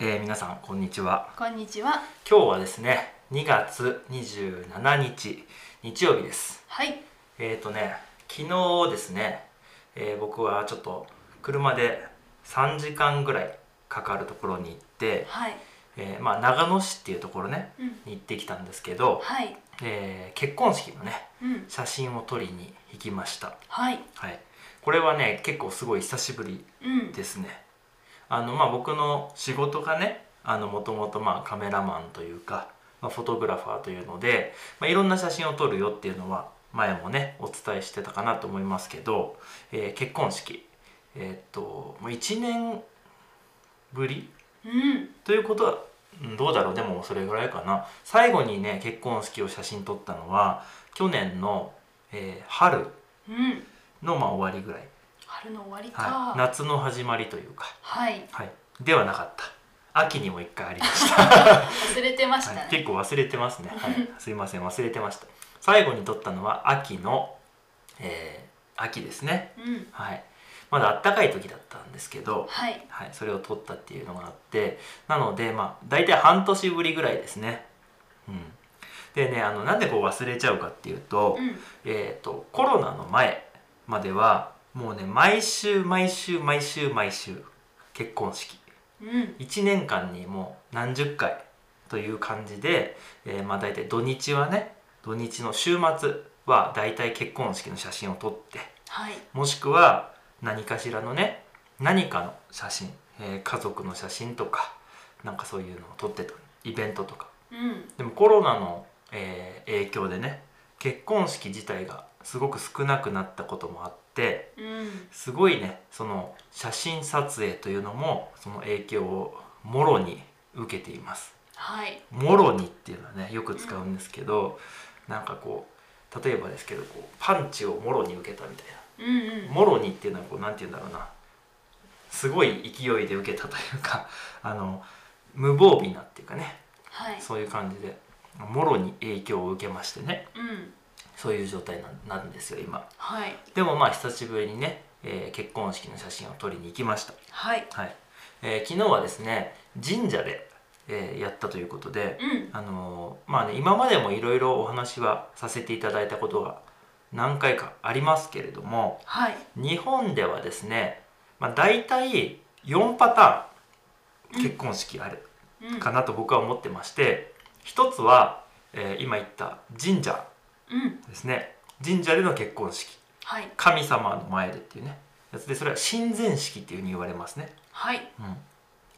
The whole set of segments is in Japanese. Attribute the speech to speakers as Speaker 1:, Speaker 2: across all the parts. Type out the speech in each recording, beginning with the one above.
Speaker 1: 皆さんこんにちは
Speaker 2: こんにちは。
Speaker 1: 今日はですね2月27日日曜日です
Speaker 2: はい。
Speaker 1: えっ、とね昨日ですね、えー僕はちょっと車で3時間ぐらいかかるところに行って、
Speaker 2: はい。
Speaker 1: えーまあ、長野市っていうところね
Speaker 2: うん。
Speaker 1: に行ってきたんですけど、
Speaker 2: はい。
Speaker 1: えー結婚式のね
Speaker 2: うん。
Speaker 1: 写真を撮りに行きました
Speaker 2: はい。
Speaker 1: はいこれはね結構すごい久しぶり
Speaker 2: うん。
Speaker 1: ですねあのまあ僕の仕事がねもともとカメラマンというか、まあ、フォトグラファーというので、まあ、いろんな写真を撮るよっていうのは前もねお伝えしてたかなと思いますけど、えー結婚式えーっともう1年ぶり
Speaker 2: うん。
Speaker 1: ということはうんどうだろうでもそれぐらいかな最後にね結婚式を写真撮ったのは去年の、えー春
Speaker 2: うん。
Speaker 1: のまあ終わりぐらい、
Speaker 2: 春の終わり
Speaker 1: はい、
Speaker 2: か。
Speaker 1: 夏の始まりというか
Speaker 2: はい。
Speaker 1: はい、ではなかった秋にも一回ありました、
Speaker 2: 忘れてました
Speaker 1: はい、
Speaker 2: ね。
Speaker 1: 結構忘れてますね、 はい、すいません忘れてました最後に撮ったのは秋の、えー秋ですね
Speaker 2: うん。
Speaker 1: はいまだ暖かい時だったんですけど、
Speaker 2: はい。
Speaker 1: はい、それを撮ったっていうのがあってなのでまあ大体半年ぶりぐらいですねうんでねあのなんでこう忘れちゃうかっていうと,、
Speaker 2: うん。
Speaker 1: えー、とコロナの前まではもうね毎週毎週毎週毎週結婚式
Speaker 2: うん。
Speaker 1: 1年間にもう何十回という感じで、えーまあ大体土日はね土日の週末は大体結婚式の写真を撮って
Speaker 2: はい。
Speaker 1: もしくは何かしらのね何かの写真、えー家族の写真とかなんかそういうのを撮ってたイベントとか
Speaker 2: うん。
Speaker 1: でもコロナの、えー影響でね結婚式自体がすごく少なくなったこともあって
Speaker 2: うん。
Speaker 1: すごいねその写真撮影というのもその影響をもろに受けています
Speaker 2: はい。
Speaker 1: もろにっていうのはねよく使うんですけど、なんかこう例えばですけどこうパンチをもろに受けたみたい
Speaker 2: うんう。
Speaker 1: なんもろにっていうのはこうなんて言うんだろうなすごい勢いで受けたというか あの無防備なっていうかね
Speaker 2: はい。
Speaker 1: そういう感じでもろに影響を受けましてね
Speaker 2: うん。
Speaker 1: そういう状態なんなんですよ今
Speaker 2: はい。
Speaker 1: でもまあ久しぶりにね、えー結婚式の写真を撮りに行きました
Speaker 2: はい。
Speaker 1: はいえー昨日はですね神社で、えーやったということで、
Speaker 2: うん。
Speaker 1: あのーまあね今までもいろいろお話はさせていただいたことが何回かありますけれども
Speaker 2: はい。
Speaker 1: 日本ではですね、まあ、大体4パター
Speaker 2: う
Speaker 1: ン
Speaker 2: ん
Speaker 1: 結婚式ある
Speaker 2: うん。
Speaker 1: かなと僕は思ってまして一つは、えー今言った神社
Speaker 2: うん。
Speaker 1: ですね神社での結婚式
Speaker 2: はい。
Speaker 1: 神様の前でっていうねやつでそれは神前式っていうふうに言われますね
Speaker 2: はい。
Speaker 1: うん、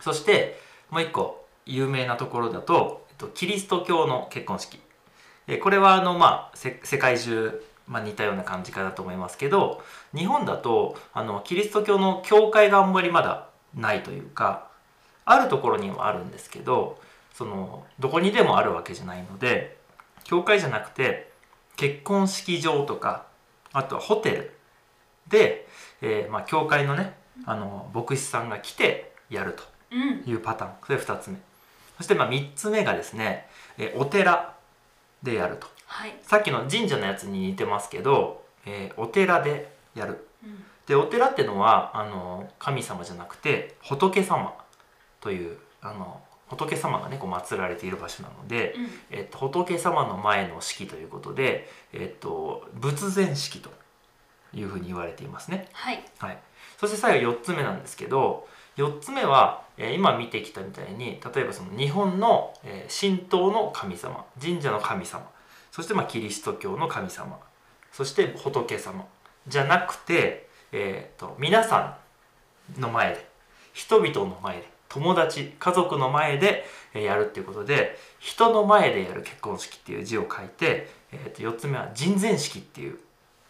Speaker 1: そしてもう一個有名なところだと、えっと、キリスト教の結婚式でこれはあの、まあ、せ世界中、まあ、似たような感じかなと思いますけど日本だとあのキリスト教の教会があんまりまだないというかあるところにはあるんですけどそのどこにでもあるわけじゃないので教会じゃなくて結婚式場とかあとはホテルで、えーまあ、教会のねあの牧師さんが来てやると
Speaker 2: うん。
Speaker 1: いうパターンそれ2つ目そしてまあ3つ目がですね、えーお寺でやると
Speaker 2: はい。
Speaker 1: さっきの神社のやつに似てますけど、えーお寺でやる
Speaker 2: うん。
Speaker 1: でお寺ってのはあの神様じゃなくて仏様というあの仏様がねこう祀られている場所なので、
Speaker 2: うん。
Speaker 1: えっと仏様の前の式ということで、えっと仏前式というふうに言われていますね
Speaker 2: はい。
Speaker 1: はい、そして最後4つ目なんですけど4つ目は、えー今見てきたみたいに例えばその日本の、えー神道の神様神社の神様そして、まあ、キリスト教の神様そして仏様じゃなくて、えーと皆さんの前で人々の前で友達家族の前で、えーやるっていうことで人の前でやる結婚式っていう字を書いて、えーと4つ目は人前式っていう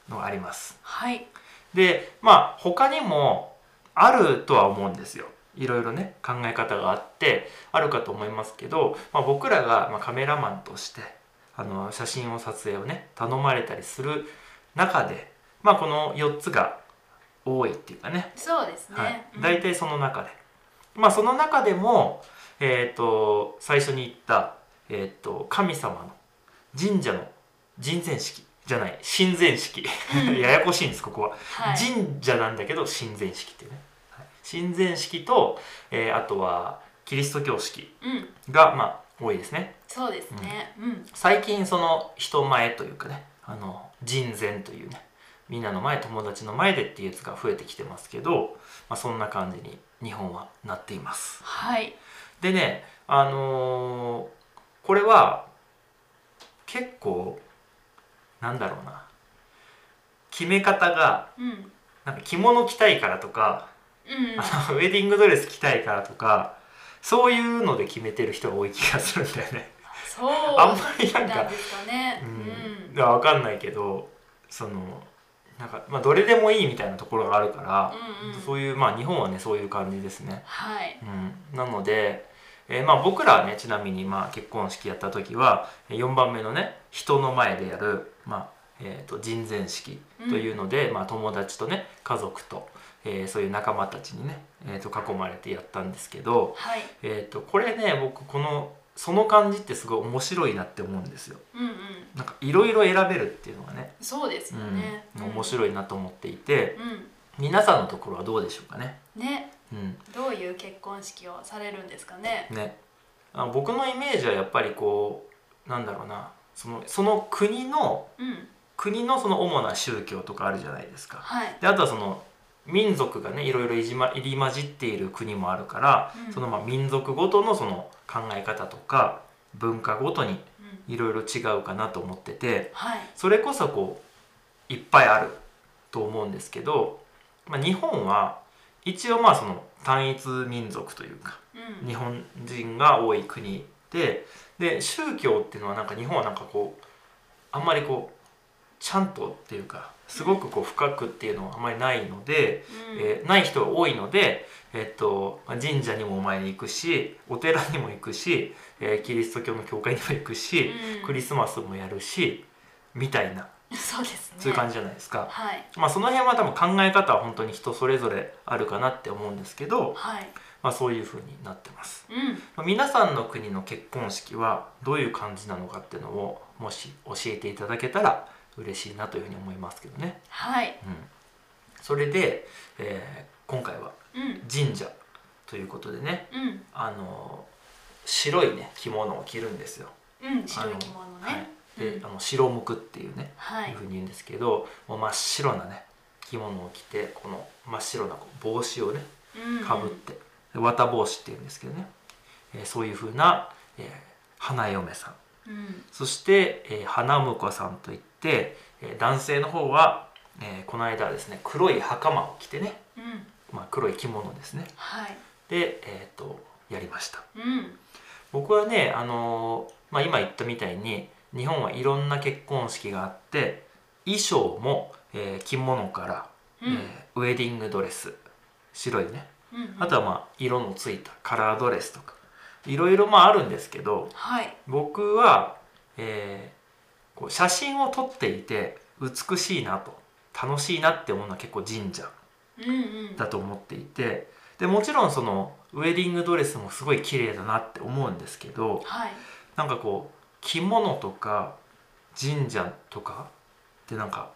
Speaker 1: のがあります。
Speaker 2: はい。
Speaker 1: でまあ他にもあるとは思うんですよいろいろね考え方があってあるかと思いますけど、まあ、僕らがまあカメラマンとしてあの写真を撮影をね頼まれたりする中で、まあ、この4つが多いっていうかね
Speaker 2: そうです
Speaker 1: はい
Speaker 2: ね。うん、
Speaker 1: 大体その中で、まあその中でもえっ、と最初に言った、えー、と神様の神社の神前式じゃない神前 式
Speaker 2: うん
Speaker 1: ややこしいんですここは
Speaker 2: はい。
Speaker 1: 神社なんだけど神前式っていうね、はい神前式と、えーあとはキリスト教式
Speaker 2: うん
Speaker 1: が、まあ、多いですね
Speaker 2: そうですねうん
Speaker 1: 最近その人前というかねあの人前というねみんなの前友達の前でっていうやつが増えてきてますけど、まあ、そんな感じに日本はなっています
Speaker 2: はい
Speaker 1: でねあのーこれは結構なんだろうな決め方が
Speaker 2: うん
Speaker 1: なんか着物着たいからとか、
Speaker 2: うん
Speaker 1: あのウェ ディングドレス着たいからとかそういうので決めてる人が多い気がするんだよね。
Speaker 2: そう
Speaker 1: あんまりなん
Speaker 2: なん
Speaker 1: か、
Speaker 2: ですかね
Speaker 1: う、
Speaker 2: うんん
Speaker 1: いやわかんないけどそのなんか、まあ、どれでもいいみたいなところがあるから、
Speaker 2: うんうん
Speaker 1: そういうまあ日本はねそういう感じですね。
Speaker 2: はい
Speaker 1: うん、なので、えーまあ、僕らはねちなみにまあ結婚式やった時は4番目のね人の前でやる、まあえー、と人前式というので、まあ、友達とね家族と、えーそういう仲間たちにね、えー、と囲まれてやったんですけど、
Speaker 2: はい
Speaker 1: えー、とこれね僕このその感じってすごい面白いなって思うんですよ。
Speaker 2: うんうん
Speaker 1: なんかいろいろ選べるっていうのがね、
Speaker 2: そうです
Speaker 1: う
Speaker 2: よ
Speaker 1: ん
Speaker 2: ねうん
Speaker 1: 面白いなと思っていて
Speaker 2: うん
Speaker 1: 皆さんのところはどうでしょうかね。
Speaker 2: ね
Speaker 1: うん、
Speaker 2: どういう結婚式をされるんですかね
Speaker 1: ねあ僕のイメージはやっぱりこうなんだろうなそのその国の
Speaker 2: うん
Speaker 1: 国のその主な宗教とかあるじゃないですか。
Speaker 2: はい
Speaker 1: であとはその民族がねいろいろいじ、ま、入り混じっている国もあるから、
Speaker 2: うん
Speaker 1: そのまあ民族ごとのその考え方とか文化ごとに
Speaker 2: うん
Speaker 1: いろいろ違うかなと思ってて
Speaker 2: はい
Speaker 1: それこそこういっぱいあると思うんですけど、まあ、日本は一応まあその単一民族というか
Speaker 2: うん
Speaker 1: 日本人が多い国でで宗教っていうのはなんか日本はなんかこうあんまりこうちゃんとっていうかすごくこう深くっていうのはあんまりないので、
Speaker 2: うん
Speaker 1: えーない人が多いので、えっとまあ神社にもお参り行くしお寺にも行くし、えーキリスト教の教会にも行くし、
Speaker 2: うん
Speaker 1: クリスマスもやるしみたいな
Speaker 2: そうですね
Speaker 1: そういう感
Speaker 2: じ
Speaker 1: じじゃないですか。
Speaker 2: はい
Speaker 1: まあ、その辺は多分考え方は本当に人それぞれあるかなって思うんですけど、
Speaker 2: はい
Speaker 1: まあ、そういう風になってます。
Speaker 2: うん
Speaker 1: 皆さんの国の結婚式はどういう感じなのかっていうのをもし教えていただけたら嬉しいなというふうに思いますけどね。
Speaker 2: はい
Speaker 1: うん、それで、えー今回は
Speaker 2: うん
Speaker 1: 神社ということでね、
Speaker 2: うん
Speaker 1: あのー白いね着物を着るんですよ。
Speaker 2: うん白い着物
Speaker 1: あのはい
Speaker 2: ね
Speaker 1: で、
Speaker 2: うん
Speaker 1: あの白むくっていうね、、
Speaker 2: はいいう
Speaker 1: ふうに言うんですけど、もう真っ白なね着物を着てこの真っ白なこう帽子をね
Speaker 2: うん
Speaker 1: かぶって、綿帽子っていうんですけどね、えーそういう風な、えー花嫁さん
Speaker 2: うん
Speaker 1: そして、えー花婿さんといって、えー男性の方は、えーこの間ですね黒い袴を着てね、
Speaker 2: うん
Speaker 1: まあ、黒い着物ですね
Speaker 2: はい
Speaker 1: で、えー、とやりました
Speaker 2: うん
Speaker 1: 僕はね、あのーまあ、今言ったみたいに日本はいろんな結婚式があって衣装も、えー着物から、
Speaker 2: うん
Speaker 1: えーウェディングドレス白いね
Speaker 2: うん
Speaker 1: あとはまあ色のついたカラードレスとかいろいろまああるんですけど
Speaker 2: はい
Speaker 1: 僕は、えーこう写真を撮っていて美しいなと楽しいなって思うのは結構神社
Speaker 2: うんうん
Speaker 1: だと思っていてでもちろんそのウェディングドレスもすごい綺麗だなって思うんですけど
Speaker 2: はい
Speaker 1: なんかこう着物とか神社とかってなんか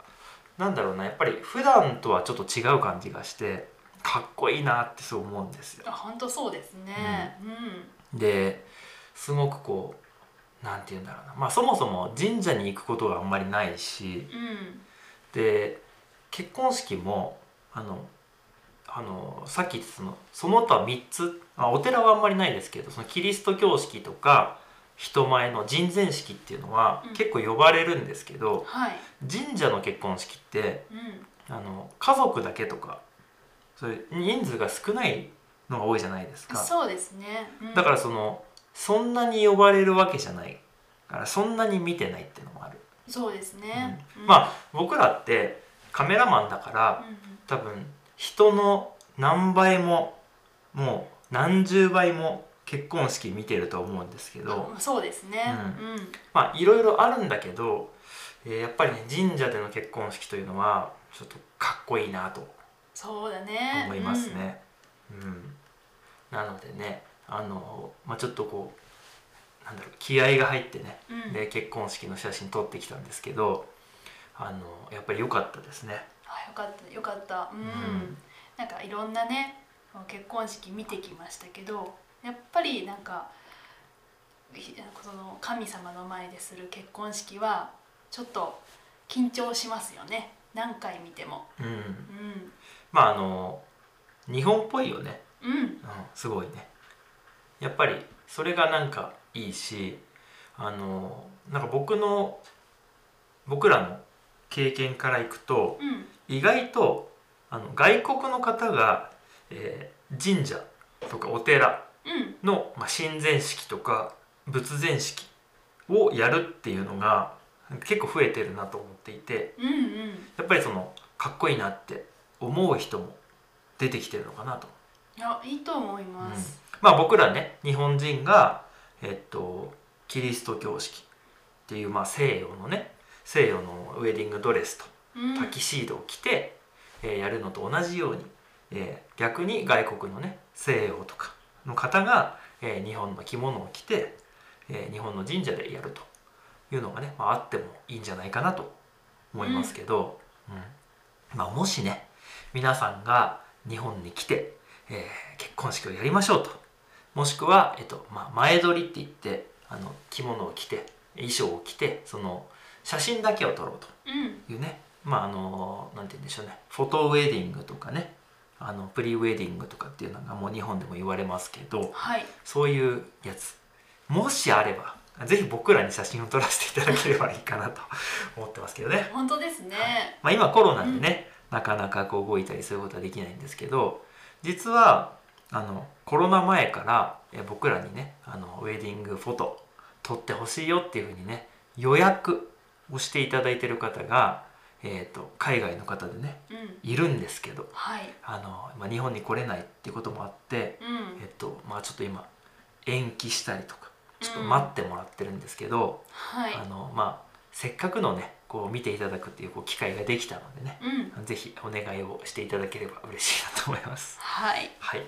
Speaker 1: なんだろうなやっぱり普段とはちょっと違う感じがしてかっこいいなってそう思うんですよ
Speaker 2: あ。本当そうですねうん
Speaker 1: ですごくこうなんて言うんだろうなまあそもそも神社に行くことがあんまりないし
Speaker 2: うん
Speaker 1: で結婚式もあのあのさっき言ってたそのその他3つ、まあ、お寺はあんまりないですけどそのキリスト教式とか人前の人前式っていうのは
Speaker 2: うん
Speaker 1: 結構呼ばれるんですけど、
Speaker 2: はい
Speaker 1: 神社の結婚式って
Speaker 2: うん
Speaker 1: あの家族だけとかそういう人数が少ないのが多いじゃないですか。
Speaker 2: そうですねうん
Speaker 1: だからそのそんなに呼ばれるわけじゃないからそんなに見てないっていうのもある、
Speaker 2: そうですね
Speaker 1: うん
Speaker 2: うん
Speaker 1: まあ僕らってカメラマンだから
Speaker 2: うんうん
Speaker 1: 多分人の何倍ももう何十倍も結婚式見てると思うんですけど
Speaker 2: あそうですね
Speaker 1: う
Speaker 2: うん
Speaker 1: まあいろいろあるんだけど、えーやっぱりね神社での結婚式というのはちょっとかっこいいなと
Speaker 2: そうだね
Speaker 1: 思いますね。うんなのでねあの、まあ、ちょっとこうなんだろう気合が入ってね
Speaker 2: うんうん
Speaker 1: で結婚式の写真撮ってきたんですけどあのやっぱり良かったですね。
Speaker 2: あよかったよかったうん、
Speaker 1: ん
Speaker 2: なんかいろんなね結婚式見てきましたけどやっぱりなんかひその神様の前でする結婚式はちょっと緊張しますよね何回見ても
Speaker 1: うん、
Speaker 2: うん
Speaker 1: まああの日本っぽいよね、
Speaker 2: うん
Speaker 1: うん、すごいねやっぱりそれがなんかいいしあのなんか僕の僕らの経験からいくと
Speaker 2: うん
Speaker 1: 意外とあの外国の方が、えー神社とかお寺
Speaker 2: うん
Speaker 1: の、まあ、神前式とか仏前式をやるっていうのが結構増えてるなと思っていて
Speaker 2: うんうん
Speaker 1: やっぱりそのかっこいいなって思う人も出てきてるのかなと。
Speaker 2: いやいいと思います、
Speaker 1: まあ僕らね日本人が、えっと、キリスト教式っていう、まあ、西洋のね西洋のウェディングドレスと
Speaker 2: うん
Speaker 1: タキシードを着て、えーやるのと同じように、えー逆に外国のね西洋とかの方が、えー日本の着物を着て、えー日本の神社でやるというのがね、まあ、あってもいいんじゃないかなと思いますけど、うんまあ、もしね皆さんが日本に来て、えー結婚式をやりましょうともしくは、えっとまあ、前撮りって言ってあの着物を着て衣装を着てその写真だけを撮ろうと。
Speaker 2: うん
Speaker 1: いうねまああのなんて言うんでしょうねフォトウェディングとかねあのプリウェディングとかっていうのがもう日本でも言われますけど
Speaker 2: はい
Speaker 1: そういうやつもしあればぜひ僕らに写真を撮らせていただければいいかなと思ってますけどね、
Speaker 2: 本当ですね、
Speaker 1: まあ、今コロナでね、なかなかこう動いたりそういうことはできないんですけど実はあのコロナ前からえ僕らにねあのウェディングフォト撮ってほしいよっていうふうにね予約をしていただいてる方が、えー、と海外の方でね
Speaker 2: うん
Speaker 1: いるんですけど
Speaker 2: はい
Speaker 1: あの、まあ、日本に来れないっていうこともあって、
Speaker 2: うん
Speaker 1: えっとまあ、ちょっと今延期したりとかちょっと待ってもらってるんですけど、
Speaker 2: はい
Speaker 1: あのまあ、せっかくのねこう見ていただくっていうこう機会ができたのでね
Speaker 2: うん
Speaker 1: ぜひお願いをしていただければ嬉しいなと思います。
Speaker 2: はい
Speaker 1: はい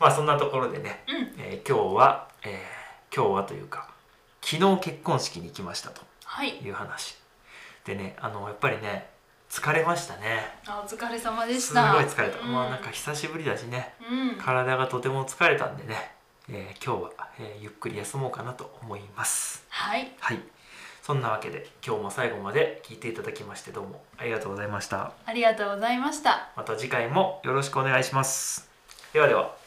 Speaker 1: まあそんなところでね、
Speaker 2: うん
Speaker 1: えー今日は、えー今日はというか昨日結婚式に行きましたと
Speaker 2: はい
Speaker 1: いう話でねあのやっぱりね疲れましたね
Speaker 2: あお疲れ様でし
Speaker 1: すごい
Speaker 2: た
Speaker 1: 疲れた、
Speaker 2: うん、
Speaker 1: まあなんか久しぶりだしね
Speaker 2: うん
Speaker 1: 体がとても疲れたんでね、えー今日は、えーゆっくり休もうかなと思います
Speaker 2: はい
Speaker 1: はいそんなわけで今日も最後まで聞いていただきましてどうもありがとうございました
Speaker 2: ありがとうございました
Speaker 1: また次回もよろしくお願いしますではでは